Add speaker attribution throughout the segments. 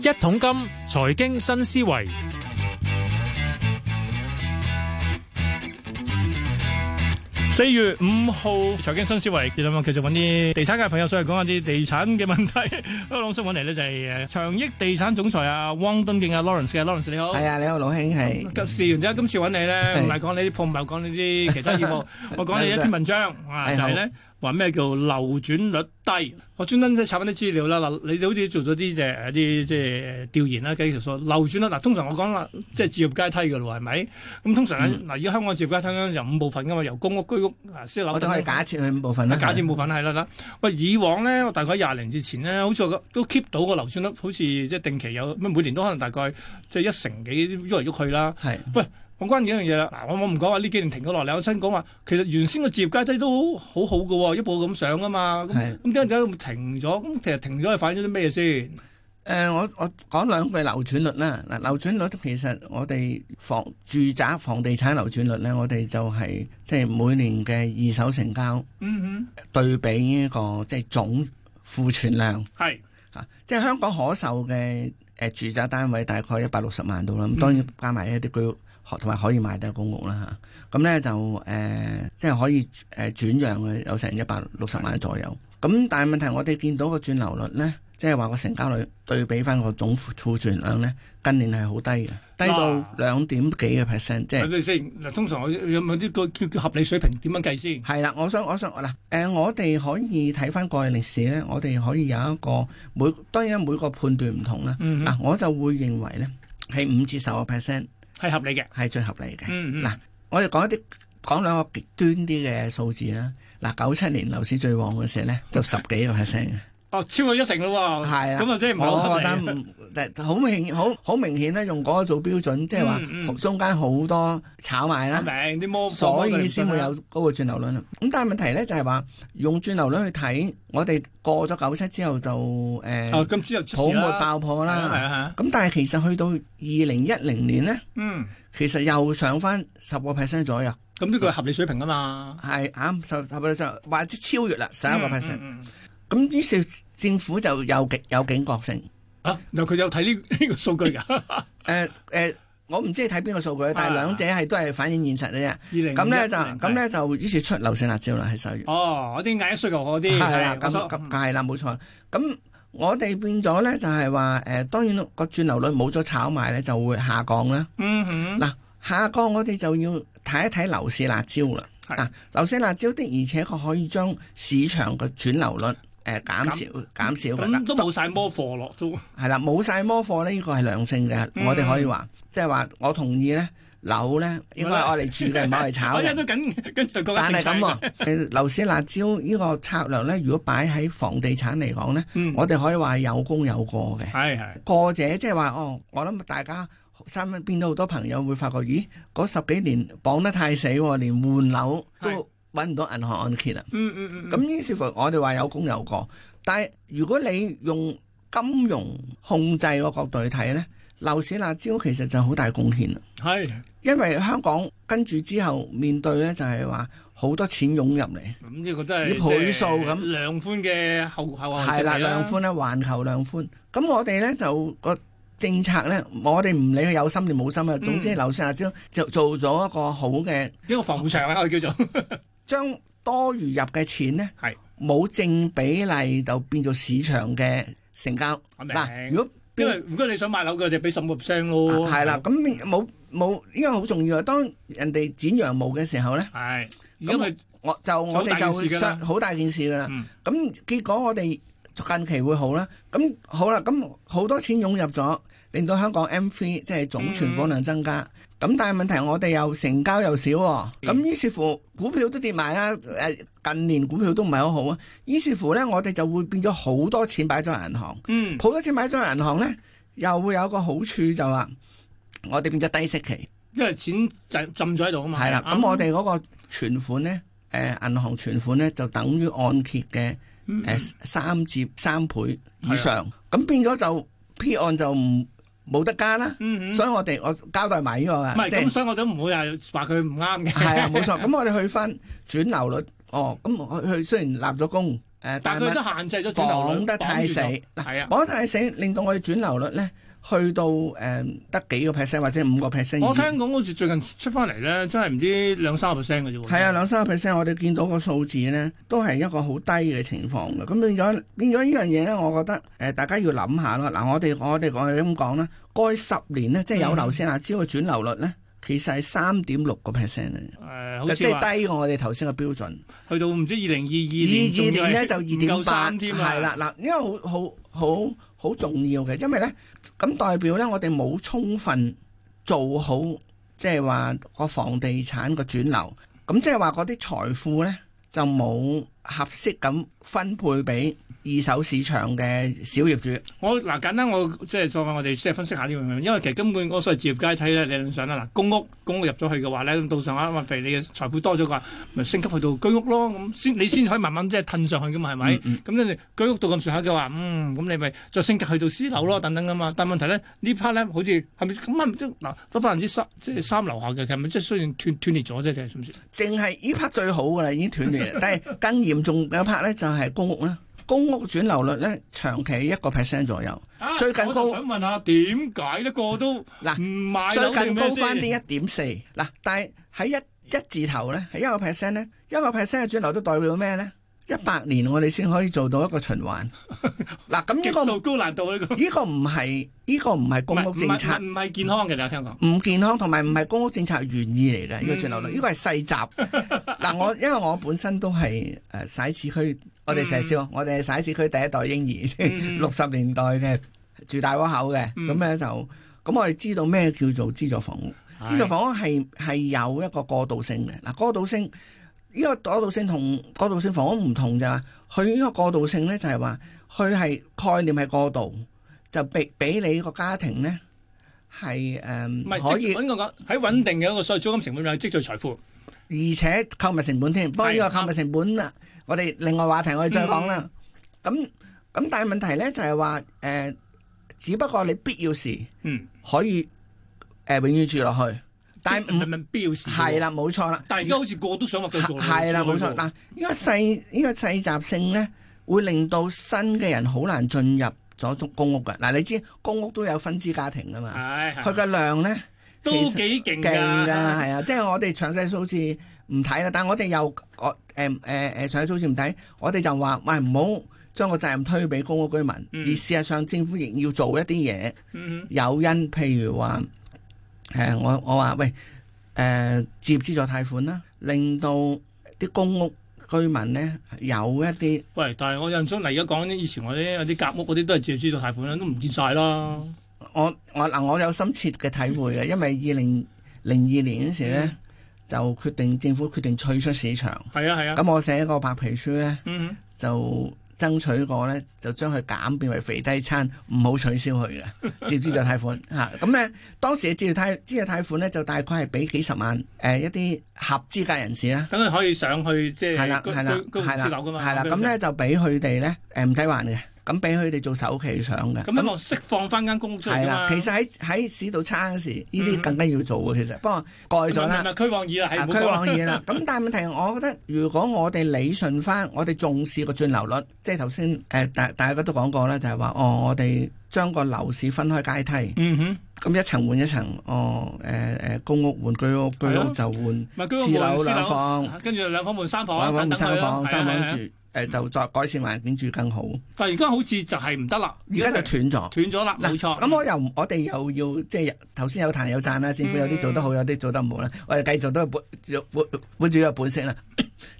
Speaker 1: 一桶金財經新思維，
Speaker 2: 四月五號財經新思維，你諗下繼續揾啲地產界朋友上嚟講下啲地產嘅問 題。香港想揾嚟咧就係誒長益地產總裁啊汪敦敬啊 Lawrence 嘅 Lawrence 你好。嗯
Speaker 3: 係啊，你好，老兄係。
Speaker 2: 咁試完之後，今次揾你咧，
Speaker 3: 係
Speaker 2: 唔係講你啲鋪，唔係講你啲其他業務，我講你一篇文章，啊，
Speaker 3: 係
Speaker 2: 就係咧話咩叫流轉率低。我專登即係查翻啲資料啦，嗱，你哋好似做咗啲誒啲即係調研啦，計條數流轉率。嗱，通常我講啦，即係置業階梯嘅咯，係咪？咁通常咧嗱，而家香港置業階梯咧有五部分噶嘛，由公屋、居屋、啊私樓
Speaker 3: 我
Speaker 2: 等
Speaker 3: 都
Speaker 2: 等。
Speaker 3: 可以假設佢五部分啦。
Speaker 2: 啊假設冇份係啦啦，喂，以往咧，我大概廿年之前咧，好似我都 keep 到個流轉率，好似即係定期有，每年都可能大概即係一成幾喐嚟喐去啦。
Speaker 3: 係
Speaker 2: 我關鍵一樣嘢啦，嗱，我我唔講話呢幾年停咗落嚟，我先講話其實原先個置業階梯都好好嘅喎，一步咁上噶嘛，咁
Speaker 3: 係
Speaker 2: 咁點解會停咗？咁其實停咗係反映咗啲咩先？
Speaker 3: 誒，我我講兩句流轉率啦。嗱，流轉率其實我哋房住宅房地產流轉率咧，我哋就係即係每年嘅二手成交
Speaker 2: 嗯
Speaker 3: 對比呢一個即係總庫存量
Speaker 2: 哼，係
Speaker 3: 嚇，啊即係香港可售嘅誒住宅單位大概一百六十萬到啦。咁當然加埋一啲居屋同埋可以賣得嘅公屋啦嚇。咁咧就誒、呃即係可以誒轉讓嘅有成一百六十萬左右。咁但係問題，我哋見到個轉流率咧，即係話個成交率對比翻個總庫存量咧，近年係好低嘅，低
Speaker 2: 啊
Speaker 3: 到兩點幾嘅 percent，即係
Speaker 2: 係。咪先？嗱，通常我有冇啲個叫叫合理水平點樣計先？
Speaker 3: 係啦，我想我想嗱，誒、我哋可以睇翻過去歷史咧，我哋可以有一個每當然每個判斷唔同啦。
Speaker 2: 嗯
Speaker 3: 嗱、我就會認為咧係五至十個 percent
Speaker 2: 係合理嘅。
Speaker 3: 係最合理嘅。
Speaker 2: 嗯嗯，
Speaker 3: 嗱我哋講一啲講兩個極端啲嘅數字啦。嗱，九七年樓市最旺嘅時候
Speaker 2: 嗯
Speaker 3: 咧，就十幾個 percent 嘅。
Speaker 2: 哦，超過一成咯喎，
Speaker 3: 係啊
Speaker 2: 咁啊， 即係唔係好合
Speaker 3: 我
Speaker 2: 理
Speaker 3: 覺
Speaker 2: 啊。
Speaker 3: 得唔，但好明顯，好好明顯咧，用嗰個做標準，即係話
Speaker 2: 嗯嗯
Speaker 3: 中間好多炒賣啦。
Speaker 2: 明啲魔，
Speaker 3: 所以先會
Speaker 2: 嗯
Speaker 3: 有高嘅轉流率啦。咁但係問題咧就係話用轉流率去睇，我哋過咗九七之後就誒、呃
Speaker 2: 啊，咁之後出
Speaker 3: 泡
Speaker 2: 事
Speaker 3: 沫
Speaker 2: 啦，
Speaker 3: 爆破
Speaker 2: 係啊係
Speaker 3: 啦。
Speaker 2: 啊係啊，
Speaker 3: 咁但係其實去到二零一零年咧，
Speaker 2: 嗯，
Speaker 3: 其實又上翻十個 percent 左右，
Speaker 2: 咁呢個係合理水平啊嘛，
Speaker 3: 係啱十十個 percent，或者超越啦十一個 percent。咁、
Speaker 2: 嗯嗯嗯
Speaker 3: 於是政府就有警有警覺性。
Speaker 2: 啊，嗱，佢有睇呢呢個數據㗎，二
Speaker 3: 誒、誒、呃我唔知係睇邊個
Speaker 2: 啊
Speaker 3: 數據，啊但係兩者係都係反映現實嘅啫。
Speaker 2: 零
Speaker 3: 咁咧就咁咧就於是出樓市辣椒啦，喺十一月。
Speaker 2: 哦，我啲嗌需求好啲，
Speaker 3: 係啦，咁
Speaker 2: 我嗯
Speaker 3: 咁係啦，冇錯。咁我哋變咗咧，就係話誒，當然個轉流率冇咗炒賣咧，就會下降啦。
Speaker 2: 嗯哼，
Speaker 3: 嗱、下降我哋就要睇一睇樓市辣椒啦。
Speaker 2: 係
Speaker 3: 嗱，樓市辣椒的而且確可以將市場嘅轉流率誒減少減少㗎啦
Speaker 2: 嗯咁。都冇晒魔貨落咗，
Speaker 3: 係啦，冇晒魔貨咧，呢個係良性嘅，
Speaker 2: 嗯
Speaker 3: 我哋可以話，即係話我同意咧，樓咧應該係我嚟住嘅，唔係我嚟 炒
Speaker 2: 我
Speaker 3: 嘅
Speaker 2: 一。都緊跟住國家
Speaker 3: 但
Speaker 2: 政
Speaker 3: 係
Speaker 2: 策
Speaker 3: 咁喎，誒樓市辣椒呢個策略咧，如果擺喺房地產嚟講咧，
Speaker 2: 嗯
Speaker 3: 我哋可以話係有功有過嘅。
Speaker 2: 係係
Speaker 3: 過者即係話哦，我諗大家身邊都好多朋友會發覺，咦，嗰十幾年綁得太死喎，連換樓
Speaker 2: 係
Speaker 3: 都揾唔到銀行按揭啦。啊
Speaker 2: 嗯嗯嗯，
Speaker 3: 咁於是乎，我哋話有功有過。但係如果你用金融控制個角度去睇咧，樓市辣椒其實就好大貢獻啦。
Speaker 2: 係
Speaker 3: 因為香港跟住之後面對咧，就係話好多錢湧入嚟，
Speaker 2: 咁呢個都係
Speaker 3: 以倍數咁
Speaker 2: 即係量寬嘅後後後
Speaker 3: 係啦，量寬啦，環球量寬。咁我哋咧就個政策咧，我哋唔理佢有心定冇心啊。總之，
Speaker 2: 嗯
Speaker 3: 樓市辣椒就做咗一個好嘅，
Speaker 2: 一個防護 牆啊，我叫做
Speaker 3: 將多餘入嘅錢咧
Speaker 2: 係，
Speaker 3: 冇正比例就變做市場嘅成交。
Speaker 2: 我明
Speaker 3: 嗱，如果
Speaker 2: 因
Speaker 3: 變
Speaker 2: 為如果你想買樓嘅，就俾十五 percent 咯，
Speaker 3: 係啦，，咁變冇冇呢個好重要啊！當人哋剪羊毛嘅時候咧。
Speaker 2: 係而家咪
Speaker 3: 我就我哋
Speaker 2: 好大件事
Speaker 3: 就
Speaker 2: 㗎啦
Speaker 3: 想好大件事㗎啦
Speaker 2: 嗯。
Speaker 3: 咁、結果我哋近期會好啦。咁好啦，咁好多錢湧入咗，令到香港 M3 即係總存款量增加。咁、但係問題我哋又成交又少喎、
Speaker 2: 嗯
Speaker 3: 咁於是乎股票都跌埋啦。誒近年股票都唔係好好啊。於是乎呢，我哋就會變咗好多錢擺咗銀行。
Speaker 2: 嗯
Speaker 3: 好多錢擺咗銀行呢，又會有一個好處就話我哋變咗低息期。
Speaker 2: 因為錢浸浸咗喺度啊嘛，
Speaker 3: 係啦，
Speaker 2: 啱
Speaker 3: 咁我哋嗰個存款咧，誒、銀行存款咧就等於按揭嘅
Speaker 2: 嗯
Speaker 3: 誒三至三倍
Speaker 2: 啊
Speaker 3: 以上，咁變咗就 P 按就唔冇得加啦，
Speaker 2: 嗯嗯。
Speaker 3: 所以我哋我交代埋呢個
Speaker 2: 唔係
Speaker 3: 啊，即
Speaker 2: 咁，
Speaker 3: 係
Speaker 2: 所以我都唔會係話佢唔啱嘅。
Speaker 3: 係啊，冇錯。咁我哋去翻轉流率，哦，咁佢雖然立咗功，誒，
Speaker 2: 但係佢都限制咗轉流率
Speaker 3: 綁得太死，
Speaker 2: 綁住咗
Speaker 3: 嗱
Speaker 2: 係啊
Speaker 3: 綁得太死，令到我哋轉流率咧去到誒得幾個 percent 或者五個 percent。
Speaker 2: 我聽講好似最近出翻嚟咧，真係唔知兩三個 percent 嘅啫喎。
Speaker 3: 係啊，兩三個 percent，我哋見到個數字咧，都係一個好低嘅情況嘅。咁變咗變咗呢樣嘢咧，我覺得誒、呃大家要諗下咯。嗱，我哋我哋我哋咁講啦，過去十年咧，即係有樓先啊，只個轉流率咧，其實係三點六個 percent 嚟
Speaker 2: 誒，嗯好
Speaker 3: 嘅，即
Speaker 2: 似話
Speaker 3: 係低過我哋頭先嘅標準。
Speaker 2: 去到唔知二零
Speaker 3: 二二
Speaker 2: 二二
Speaker 3: 年
Speaker 2: 年
Speaker 3: 咧就二點八，
Speaker 2: 添啊
Speaker 3: 係啦嗱，呢個好好好好重要嘅，因為咧咁代表咧我哋冇充分做好，即係話個房地產個轉流，咁即係話嗰啲財富咧就冇合適咁分配俾二手市場嘅 小業主，
Speaker 2: 我嗱簡單，我即係再我哋即係分析下呢樣嘢，因為其實根本嗰個所謂置業階梯咧，理論上啦，嗱公屋公屋入咗去嘅話咧，咁到上下，譬如你嘅財富多咗嘅話，咪升級去到居屋咯，咁先你先可以慢慢即係褪上去噶嘛，係咪？咁你居屋到咁上下嘅話，嗯，咁你咪再升級去到私樓咯，等等噶嘛。但問題咧呢 part 咧，好似係咪咁啊？即係嗱，得百分之三即係三樓下嘅，其實咪即係雖然斷斷裂咗啫，定係算唔算？
Speaker 3: 淨係呢 part 最好噶啦，已經斷裂啦，但係更嚴重嘅一 part 咧就係公屋啦，公屋轉流率咧長期一個 percent 左右。最近
Speaker 2: 我
Speaker 3: 高
Speaker 2: 就想問下點解呢個個都
Speaker 3: 嗱
Speaker 2: 唔買
Speaker 3: 最
Speaker 2: 樓
Speaker 3: 近
Speaker 2: 定咩
Speaker 3: 高翻
Speaker 2: 先
Speaker 3: 啲一點四嗱，但係喺一一字頭咧，係一個 percent 咧，一個 percent 嘅轉流都代表咩咧？一百年我哋先可以做到一個循環。嗱，咁呢、
Speaker 2: 極
Speaker 3: 個
Speaker 2: 度高難度呢個。
Speaker 3: 呢個唔係呢個唔係公屋政策
Speaker 2: 唔係唔係健康嘅，你有聽講？
Speaker 3: 唔健康，同埋唔係公屋政策原意嚟嘅呢個轉流
Speaker 2: 嗯
Speaker 3: 率，呢個係細集。嗱，我因為我本身都係誒徙置區，我哋成
Speaker 2: 嗯
Speaker 3: 日笑我哋係徙置區第一代嬰兒， 六十年代嘅住大窩口嘅，
Speaker 2: 嗯
Speaker 3: 咁咧就咁我哋知道咩叫做資助房屋。資助房屋係係有一個過渡性嘅，嗱過渡性呢、個過渡性同過渡性房屋唔同就係話，佢呢個過渡性咧就係話佢係概念係過渡，就俾俾你個家庭咧
Speaker 2: 唔
Speaker 3: 係
Speaker 2: 係
Speaker 3: 誒
Speaker 2: 可
Speaker 3: 可
Speaker 2: 以揾個講喺穩定嘅一個所謂租金成本上積聚財富。
Speaker 3: 以，而且購物成本添。不過呢個購物成本啦，我哋另外話題我哋再講啦。咁咁、但係問題咧就係話誒，只不過你必要時
Speaker 2: 嗯，
Speaker 3: 可以誒、呃永遠住落去，但係
Speaker 2: 唔
Speaker 3: 唔
Speaker 2: 係標示
Speaker 3: 係，啦，冇錯啦。
Speaker 2: 但係而家好似個個都想話繼續做
Speaker 3: 係啦，冇錯。嗱，呢個細呢個細集性咧，會令到新嘅人好難進入咗中公屋嘅。嗱，你知公屋都有分支家庭噶嘛，
Speaker 2: 係
Speaker 3: 佢
Speaker 2: 係
Speaker 3: 嘅量咧
Speaker 2: 都
Speaker 3: 其實
Speaker 2: 幾啊勁
Speaker 3: 勁㗎，
Speaker 2: 㗎。
Speaker 3: 係啊，即係我哋詳細數字唔睇啦，但係我哋又我誒誒誒詳細數字唔睇，我哋就話喂唔好將個責任推俾公屋居民，
Speaker 2: 嗯
Speaker 3: 而事實上政府亦要做一啲嘢。
Speaker 2: 嗯
Speaker 3: 有因，譬如話誒、我我話喂誒、置業資助貸款啦，令到啲公屋居民咧有一啲
Speaker 2: 喂，但係我印象嚟而家講以前我啲有啲夾屋嗰啲都係借資助貸款啦，都唔見晒啦。
Speaker 3: 我我嗱，我有深切嘅體會嘅，因為二零零二年嗰時咧就決定政府決定退出市場，
Speaker 2: 係啊係啊。
Speaker 3: 咁我寫個白皮書咧
Speaker 2: 嗯哼
Speaker 3: 就。爭取過咧，就將佢減變為肥低餐，唔好取消佢嘅 置業資助貸款嚇。咁咧當時嘅置業貸資助貸款咧，就大概係俾幾十萬誒、一啲合資格人士啦。
Speaker 2: 等佢可以上去即
Speaker 3: 係啦，
Speaker 2: 係居
Speaker 3: 係啦，
Speaker 2: 居居
Speaker 3: 係
Speaker 2: 私
Speaker 3: 啦，
Speaker 2: 樓㗎嘛。
Speaker 3: 係啦，咁咧就俾佢哋咧，誒唔使還嘅，咁俾佢哋做首期上嘅。
Speaker 2: 咁希望釋放翻間公屋出嚟
Speaker 3: 係
Speaker 2: 㗎嘛。，
Speaker 3: 啦其實喺喺市道差嗰時，呢
Speaker 2: 嗯
Speaker 3: 啲更加要做嘅。其實不過蓋咗
Speaker 2: 唔係哎唔
Speaker 3: 啦，
Speaker 2: 係區旺二啦，係
Speaker 3: 啊
Speaker 2: 冇
Speaker 3: 區
Speaker 2: 講啦
Speaker 3: 往嘢啦。 咁但係問題，我覺得如果我哋理順翻，我哋重視個轉流率，即係頭先誒大大家都講過啦，就係話哦，我哋將個樓市分開階梯，
Speaker 2: 嗯哼，
Speaker 3: 咁一層換一層，哦誒誒公屋換居屋，居
Speaker 2: 係
Speaker 3: 屋
Speaker 2: 咯
Speaker 3: 就換
Speaker 2: 咪居屋
Speaker 3: 私
Speaker 2: 換
Speaker 3: 樓
Speaker 2: 私
Speaker 3: 兩
Speaker 2: 樓，
Speaker 3: 房
Speaker 2: 跟住兩房換三
Speaker 3: 兩
Speaker 2: 房，等
Speaker 3: 房換
Speaker 2: 哦等佢
Speaker 3: 三房，
Speaker 2: 咯
Speaker 3: 三
Speaker 2: 係啊係
Speaker 3: 房
Speaker 2: 啊
Speaker 3: 住誒就再改善環境住更好。
Speaker 2: 但而家好似就係唔得啦，
Speaker 3: 而家就斷咗。
Speaker 2: 斷咗啦，
Speaker 3: 嗱
Speaker 2: 冇錯。
Speaker 3: 咁我又唔我哋又要即係頭先有彈有讚啦，政府有啲做得好，有啲做得唔好啦。我哋繼續都係本本本主有本色啦。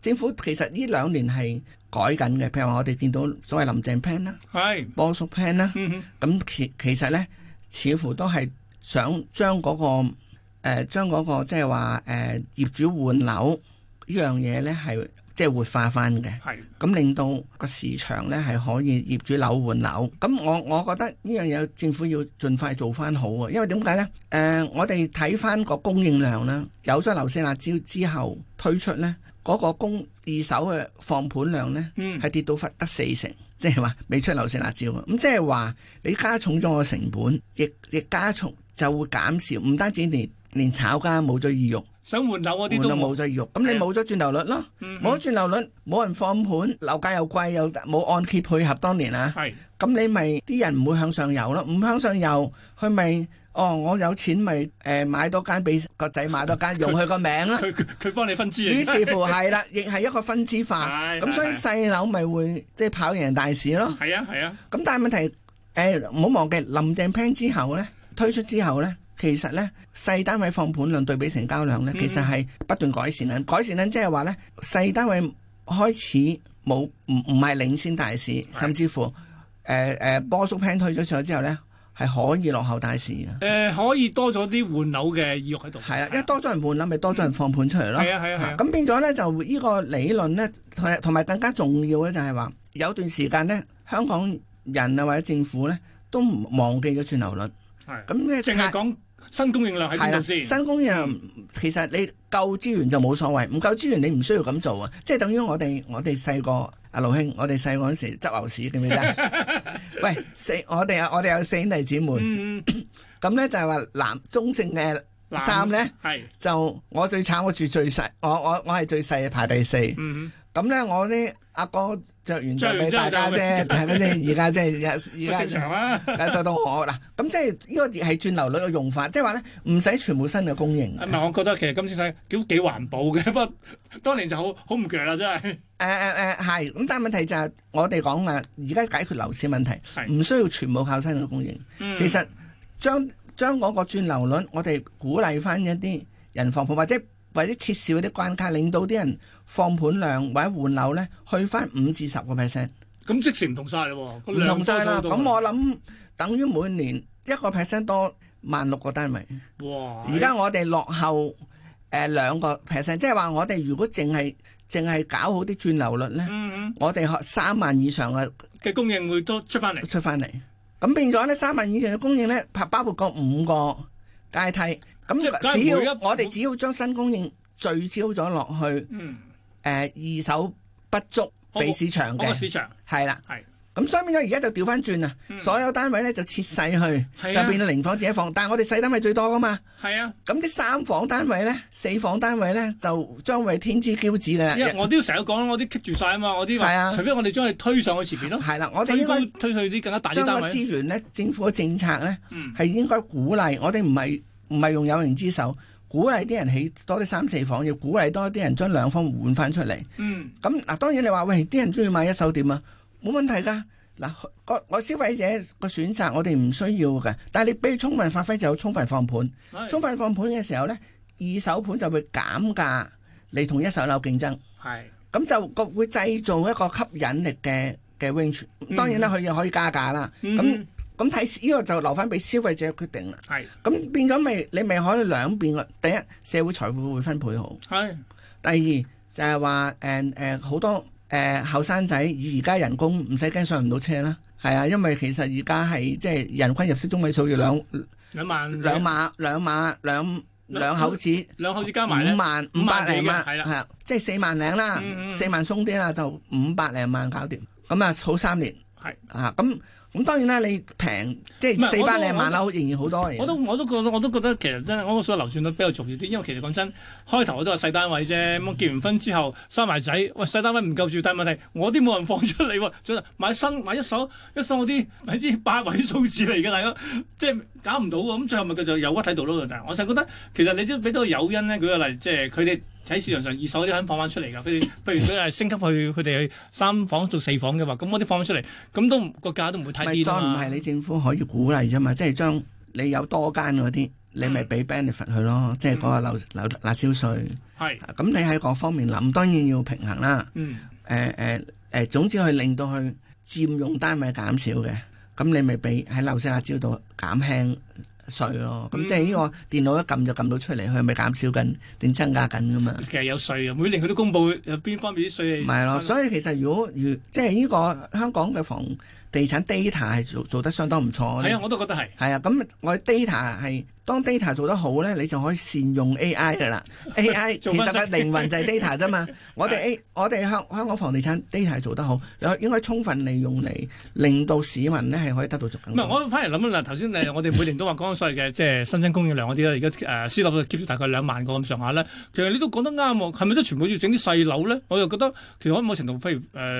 Speaker 3: 政府其實呢兩年係改緊嘅，譬如話我哋見到所謂林鄭 plan 啦、
Speaker 2: 係，
Speaker 3: 波叔 plan 啦，
Speaker 2: 嗯哼，
Speaker 3: 咁其其實咧似乎都係想將嗰、個誒將嗰個即係話誒業主換樓呢樣嘢咧係即係活化翻嘅。
Speaker 2: 係，
Speaker 3: 咁令到個市場咧係可以業主樓換樓，咁我我覺得呢樣嘢政府要盡快做翻好啊，因為點解呢？誒、我哋睇翻個供應量啦，有咗樓市辣椒之後推出呢嗰、個供二手嘅放盤量呢
Speaker 2: 嗯
Speaker 3: 係跌到忽得四成， 即係話未出樓市辣椒啊，咁即係話你加重咗個成本，亦亦加重就會減少，唔單止連連炒家冇咗意欲，
Speaker 2: 想換樓嗰
Speaker 3: 換
Speaker 2: 啲都
Speaker 3: 到
Speaker 2: 冇
Speaker 3: 冇。咗意欲，咁你
Speaker 2: 係啊
Speaker 3: 冇咗轉流率咯，
Speaker 2: 嗯
Speaker 3: 冇咗轉流率，冇人放盤，樓價又貴又冇按揭配合，當年啊，
Speaker 2: 係
Speaker 3: 咁你咪啲人唔會向上游咯，唔向上游，佢咪哦我有錢咪誒買多間俾個仔買 多間，用佢個名啦。
Speaker 2: 佢佢佢幫你分支
Speaker 3: 於
Speaker 2: 啊。
Speaker 3: 是乎係啦，亦係一個分支化，
Speaker 2: 係
Speaker 3: 咁所以
Speaker 2: 係
Speaker 3: 細樓咪會即係跑贏大市咯。
Speaker 2: 係啊係啊，
Speaker 3: 咁但係問題，誒唔好忘記林鄭 plan 之後咧，推出之後咧，其實咧細單位放盤量對比成交量咧，
Speaker 2: 嗯
Speaker 3: 其實係不斷改善緊。改善緊即係話咧，細單位開始冇唔唔係領先大市，甚至乎誒誒波叔 plan 推出咗之後咧，係可以落後大市嘅。
Speaker 2: 誒可以多咗啲換樓嘅意欲喺度。
Speaker 3: 係啦，因為多咗人換啦，咪多咗人放盤出嚟咯。
Speaker 2: 係啊係啊係啊
Speaker 3: 咁變咗咧，就呢個理論咧，同同埋更加重要咧，就係話有段時間咧，香港人啊或者政府咧都唔忘記咗轉流率。
Speaker 2: 係。
Speaker 3: 咁咧
Speaker 2: 淨係講新供應量喺邊度先？嗯
Speaker 3: 新工人其實你夠資源就冇所謂，唔夠資源你唔需要咁做啊！即係等於我哋我哋細個阿盧兄，我哋細個嗰時執牛屎記唔記得？啊 喂，四我哋有我哋有四兄弟姊妹，
Speaker 2: 嗯，
Speaker 3: 咁咧就係話男中性嘅
Speaker 2: 男
Speaker 3: 衫咧。
Speaker 2: 係，
Speaker 3: 就我最慘，我住最細，我我我係最細嘅排第四。
Speaker 2: 嗯，
Speaker 3: 咁咧，我啲阿哥着完就俾
Speaker 2: 着
Speaker 3: 大
Speaker 2: 完之後
Speaker 3: 家
Speaker 2: 就
Speaker 3: 啫，大家啫，而家即係
Speaker 2: 咪
Speaker 3: 而
Speaker 2: 正 常
Speaker 3: 家
Speaker 2: 啦，
Speaker 3: 而家就到我嗱。咁即係呢個係轉流率嘅用法，即係話咧唔使全部新嘅供應。
Speaker 2: 唔係，我覺得其實今次睇都幾環保嘅，不過當年就好好唔鋸啦，真係。
Speaker 3: 誒誒誒係，咁但係問題就係我哋講啊，而家解決樓市問題
Speaker 2: 係
Speaker 3: 唔需要全部靠新嘅供應。
Speaker 2: 嗯
Speaker 3: 其實將將嗰個轉流率，我哋鼓勵翻一啲人放盤，或者或者撤少一啲關卡，令到啲人放盤量或者換樓咧，去翻五至十個 percent，
Speaker 2: 咁即時唔同晒嘞喎，個
Speaker 3: 唔
Speaker 2: 量
Speaker 3: 同晒啦。
Speaker 2: 多咗好
Speaker 3: 咁
Speaker 2: 多
Speaker 3: 我諗等於每年一個 percent 多萬六個單位。
Speaker 2: 哇！
Speaker 3: 而家我哋落後誒兩個 percent，即係話我哋如果淨係淨係搞好啲轉流率咧，
Speaker 2: 嗯嗯
Speaker 3: 我哋學三萬以上嘅
Speaker 2: 嘅供應會多出翻嚟，
Speaker 3: 出翻嚟。咁變咗呢，三萬以上嘅供應呢，包包括個五個階梯。
Speaker 2: 即係梗
Speaker 3: 咁
Speaker 2: 係
Speaker 3: 只
Speaker 2: 每一
Speaker 3: 要我哋只要將新供應聚焦咗落去，誒、呃
Speaker 2: 嗯，
Speaker 3: 二手不足俾市場
Speaker 2: 嗰個
Speaker 3: 嘅，
Speaker 2: 市場
Speaker 3: 係啦。
Speaker 2: 係嗯
Speaker 3: 咁所以變咗而家就調翻轉啦，所有單位呢就切細去，
Speaker 2: 係啊
Speaker 3: 就變到零房自己房。但係我哋細單位最多噶嘛，
Speaker 2: 係啊，
Speaker 3: 咁啲三房單位呢，四房單位呢，就將會係天之驕子啦。
Speaker 2: 因為我都成日講我啲棘住晒啊嘛，我啲
Speaker 3: 係啊
Speaker 2: 話，除非我哋將佢推上去前邊咯，
Speaker 3: 係啦，我哋
Speaker 2: 推
Speaker 3: 應
Speaker 2: 高
Speaker 3: 該
Speaker 2: 推上去啲更加大啲
Speaker 3: 將
Speaker 2: 單
Speaker 3: 個
Speaker 2: 位，
Speaker 3: 資源呢，政府嘅政策呢。
Speaker 2: 嗯，
Speaker 3: 係應該鼓勵，我哋唔係唔係用有形之手，鼓勵啲人起多啲三四房，要鼓勵多啲人將兩房換翻出嚟。
Speaker 2: 嗯，
Speaker 3: 咁嗱，當然你話喂，啲人中意買一手點啊，冇問題㗎。嗱，個我消費者個選擇，我哋唔需要嘅，但係你俾佢充分發揮就有充分放盤，
Speaker 2: 係
Speaker 3: 充分放盤嘅時候呢，二手盤就會減價嚟同一手樓競爭。
Speaker 2: 係
Speaker 3: 咁就個會製造一個吸引力嘅嘅 range。當然啦，佢又可以加價啦。
Speaker 2: 嗯
Speaker 3: 咁咁睇呢個就留翻俾消費者決定啦。
Speaker 2: 係
Speaker 3: 咁變咗咪你咪可以兩邊個第一社會財富會分配好，
Speaker 2: 係
Speaker 3: 第二就係話誒誒好多誒後生仔以而家人工唔使驚上唔到車啦。係啊，因為其實而家係即係人均入息中位數要兩
Speaker 2: 兩萬
Speaker 3: 兩碼兩碼兩兩口子。
Speaker 2: 兩口子加埋咧
Speaker 3: 五，萬五
Speaker 2: 五萬
Speaker 3: 百零萬，
Speaker 2: 幾嘅係啦
Speaker 3: 啊，即係四萬零啦
Speaker 2: 嗯嗯，嗯
Speaker 3: 四萬鬆啲啦，就五百零萬搞掂。咁啊，儲三年
Speaker 2: 係。
Speaker 3: 啊，咁咁當然啦，你平即
Speaker 2: 唔係
Speaker 3: 係四百
Speaker 2: 我都
Speaker 3: 零萬樓仍然好多嘅。
Speaker 2: 我都我都覺得我都覺得其實真係我個所謂流轉率比較重要啲，因為其實講真，開頭我都係細單位啫，
Speaker 3: 嗯
Speaker 2: 咁結完婚之後生埋仔，喂細單位唔夠住，但係問題我啲冇人放出嚟喎，仲買新買一手一手嗰啲係啲八位數字嚟嘅，大家即係搞唔到喎，咁最後咪佢就有屈睇到咯。但係我就覺得其實你都俾到個誘因咧，舉個例，即係佢哋喺市場上二手嗰啲肯放翻出嚟㗎， 譬如譬如佢係升級去佢哋去三房到四房嘅話，咁嗰啲放翻出嚟，咁都唔個價都唔會太
Speaker 3: 咪
Speaker 2: 癲
Speaker 3: 再
Speaker 2: 啊
Speaker 3: 唔
Speaker 2: 嘛
Speaker 3: 係你政府可以鼓勵啫嘛，即係將你有多間嗰啲，你咪
Speaker 2: 嗯
Speaker 3: 俾 benefit 佢咯，即係嗰個樓樓辣椒税。
Speaker 2: 係
Speaker 3: 咁你喺各方面諗，當然要平衡啦。
Speaker 2: 嗯
Speaker 3: 誒誒誒，總之去令到佢佔用單位減少嘅，咁你咪俾喺樓市辣椒度減輕税咯。咁、
Speaker 2: 嗯
Speaker 3: 即係呢個電腦一撳就撳到出嚟，佢係咪減少緊定增加緊噶嘛？
Speaker 2: 其實有税嘅，每年佢都公佈有邊方面啲税
Speaker 3: 唔
Speaker 2: 係
Speaker 3: 係咯，所以其實如果如即係呢個香港嘅房地產 data 係做做得相當唔錯。
Speaker 2: 係啊，我都覺得係。
Speaker 3: 係啊，咁我 data 係當 data 做得好咧，你就可以善用 AI 噶啦。AI 其
Speaker 2: 做分析
Speaker 3: 實嘅靈魂 就係 data 啫嘛。我哋 A 我哋香香港房地產 data 做得好，你應該充分利用嚟，令到市民咧係可以得到足更
Speaker 2: 唔係，我反而諗啦，頭先誒，我哋每年都話講所謂嘅即係新增供應量嗰啲啦，而家誒私樓就 keep 住大概兩萬個咁上下咧。其實你都講得啱喎，係咪都全部要整啲細樓咧？我又覺得其實可某程度，譬如誒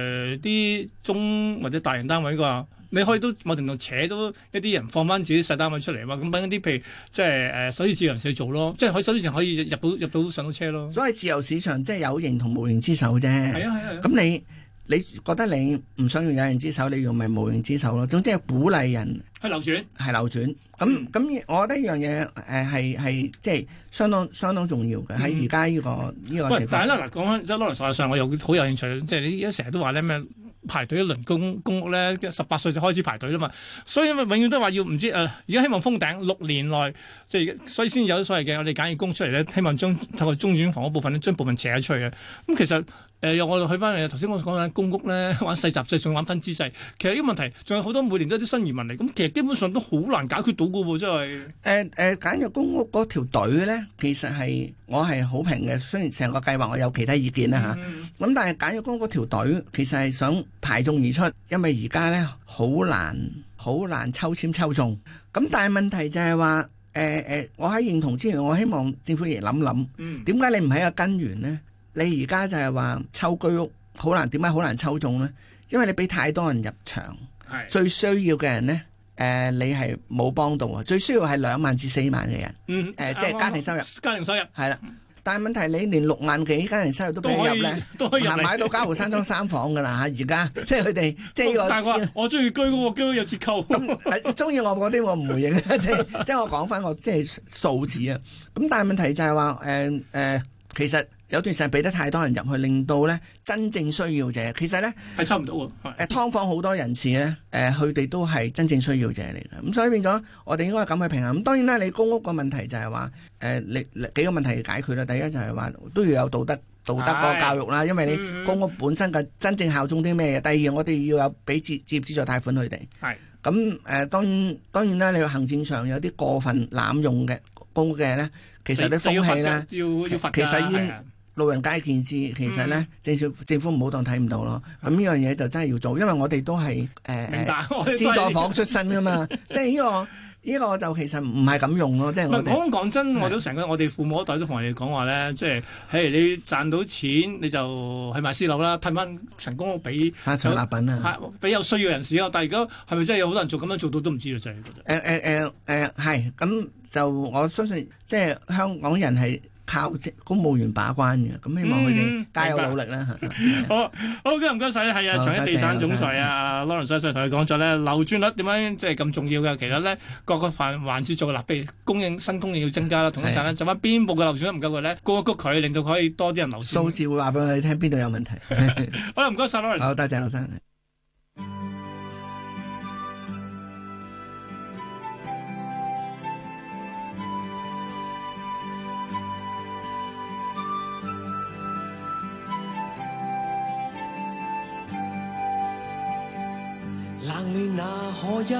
Speaker 2: 啲、中或者大型單位啩，你可以都某程度扯到一啲人放翻自己細單位出嚟嘛。
Speaker 3: 嗯
Speaker 2: 咁揾一啲譬如即係誒首次置業人士去做咯，即係可以首次置業可以入到入到上到車咯。
Speaker 3: 所謂自由市場即係有形同無形之手啫。
Speaker 2: 係啊係啊係啊，
Speaker 3: 咁你你覺得你唔想用有形之手，你用咪無形之手咯。總之係鼓勵人
Speaker 2: 去流轉。
Speaker 3: 係流轉。咁
Speaker 2: 嗯
Speaker 3: 咁，我覺得呢樣嘢誒係係即係相當相當重要嘅喺而家呢個呢個
Speaker 2: 嗯喂
Speaker 3: 情，
Speaker 2: 但係
Speaker 3: 況。
Speaker 2: 咧嗱，講翻即係 Lawrence 上，我又好有興趣，即係你而家成日都話咧咩排隊一輪公公屋咧，十八歲就開始排隊啦嘛，所以咪永遠都話要唔知誒，呃而家希望封頂六年內，即係所以先有所謂嘅我哋簡易供出嚟咧，希望將透過中轉房嗰部分咧，將部分扯咗出去嘅。啊咁、其實誒、呃又我哋去翻嚟頭先我講緊公屋咧， 玩細集制，仲玩分支制，其實呢個問題仲有好多每年都有啲新移民嚟，咁其實基本上都好難解決到嘅喎，真係。
Speaker 3: 誒誒，簡約公屋嗰條隊咧，其實係我係好評嘅。雖然成個計劃我有其他意見啦嚇。
Speaker 2: 嗯
Speaker 3: 咁但係簡約公屋嗰條隊其實係想排眾而出，因為而家呢好難好難抽籤抽中。咁但係問題就係話，誒、誒，我喺認同之前，我希望政府亦諗諗，
Speaker 2: 嗯
Speaker 3: 點解你唔喺個根源呢？你而家就係話抽居屋好難，點解好難抽中呢？因為你俾太多人入場，
Speaker 2: 係，
Speaker 3: 最需要嘅人呢，誒、你係冇幫到啊！最需要係兩萬至四萬嘅人，
Speaker 2: 嗯
Speaker 3: 誒即係家庭收入
Speaker 2: 家庭收入
Speaker 3: 係啦。
Speaker 2: 嗯
Speaker 3: 但係問題你連六萬幾家人收入都
Speaker 2: 都
Speaker 3: 俾你
Speaker 2: 可以
Speaker 3: 入呢。
Speaker 2: 都可以入
Speaker 3: 買
Speaker 2: 嚟。
Speaker 3: 買到嘉湖山莊三房 噶啦嚇，而家即係佢哋即係
Speaker 2: 但係佢
Speaker 3: 呢
Speaker 2: 話我中意居嗰個居屋有折扣。
Speaker 3: 個咁誒中意我嗰啲我唔 回應即係即係我講翻我即係數字啊。咁但係問題就係話誒誒，其實有段時間俾得太多人入去，令到咧真正需要者，其實咧
Speaker 2: 係抽唔到喎。
Speaker 3: 誒劏房好多人士咧誒，佢哋都係真正需要者嚟嘅。咁所以變咗我哋應該咁去平衡。咁當然啦，你公屋個問題就係話誒，你你幾個問題解決啦。第一就係話都要有道德道德嗰個教育啦，因為你。
Speaker 2: 嗯
Speaker 3: 公屋本身嘅真正效忠啲咩嘢？第二，我哋要有俾置置業資助貸款佢哋。
Speaker 2: 係
Speaker 3: 咁誒、呃，當然當然啦，你行政上有啲過分濫用嘅公屋嘅咧，其實啲風氣咧，
Speaker 2: 要要罰㗎。
Speaker 3: 其實已經
Speaker 2: 係啊
Speaker 3: 路人皆見之。其實
Speaker 2: 嗯
Speaker 3: 咧，政府政府唔好當睇唔到咯。咁呢樣嘢就真係要做，因為我哋都係誒
Speaker 2: 明
Speaker 3: 誒
Speaker 2: 白。 我哋
Speaker 3: 資助房出身 噶嘛，即係呢、個呢、個就其實唔係咁用咯，即係
Speaker 2: 唔
Speaker 3: 我
Speaker 2: 係
Speaker 3: 哋嗯
Speaker 2: 講講真，我都成個我哋父母一代都同我哋講話咧，即係，嘿，你賺到錢你就去買私樓啦，褪翻成功屋俾
Speaker 3: 發財立品啊。
Speaker 2: 俾有需要人士啊。但係而家係咪真係有好多人做咁樣做到都唔知啦，就係覺得。
Speaker 3: 誒誒誒誒係，咁就我相信即係香港人係靠即公務員把關嘅，咁希望佢
Speaker 2: 嗯
Speaker 3: 哋加油
Speaker 2: 明白
Speaker 3: 努力啦。嚇
Speaker 2: 好，好，今日唔該晒，係啊，
Speaker 3: 好
Speaker 2: 長一地產總裁啊，Lawrence 上上同佢講咗咧，流轉率點樣即係咁重要嘅，其實咧各個範環節做嘅，嗱，譬如供應新供應要增加啦，同一時間咧，就翻邊部嘅流轉率唔夠嘅咧，谷一谷佢，令到佢可以多啲人流
Speaker 3: 數
Speaker 2: 轉。
Speaker 3: 字會話俾我哋聽邊度有 問題。
Speaker 2: 好啦，唔該晒 Lawrence。
Speaker 3: 好，多謝劉生。
Speaker 4: 冷暖哪可休？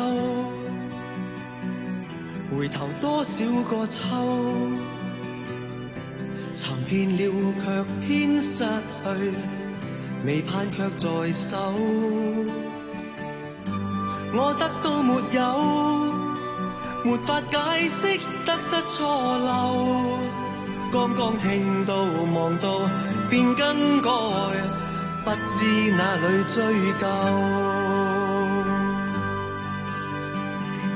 Speaker 4: 回頭多少個秋，尋遍了卻偏失去，未盼卻在手。我得到沒有，沒法解釋得失錯漏。剛剛聽到望到便更改，不知哪裏追究。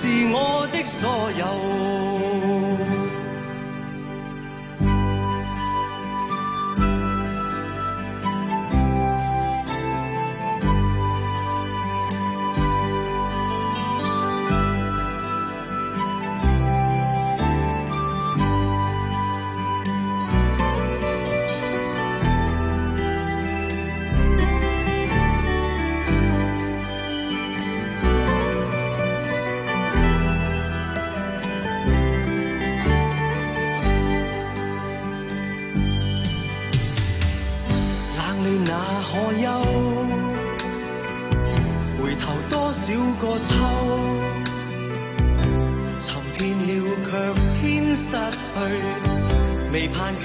Speaker 4: 是我的所有。多少個秋，尋遍了卻偏失去，未盼卻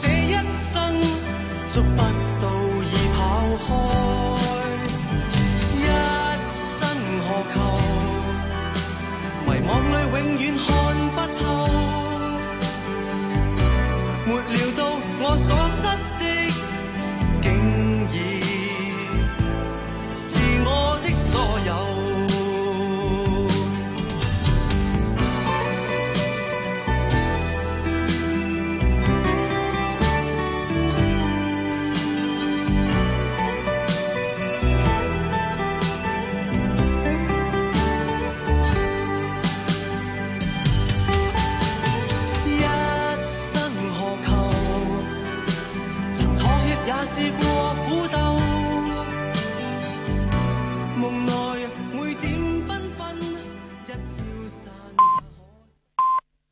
Speaker 4: 這一生，捉不到已跑開。一生何求？迷惘裏永遠看不透，沒料到我所失的，竟已。是我的所有。一生何求？曾妥協也試過苦鬥。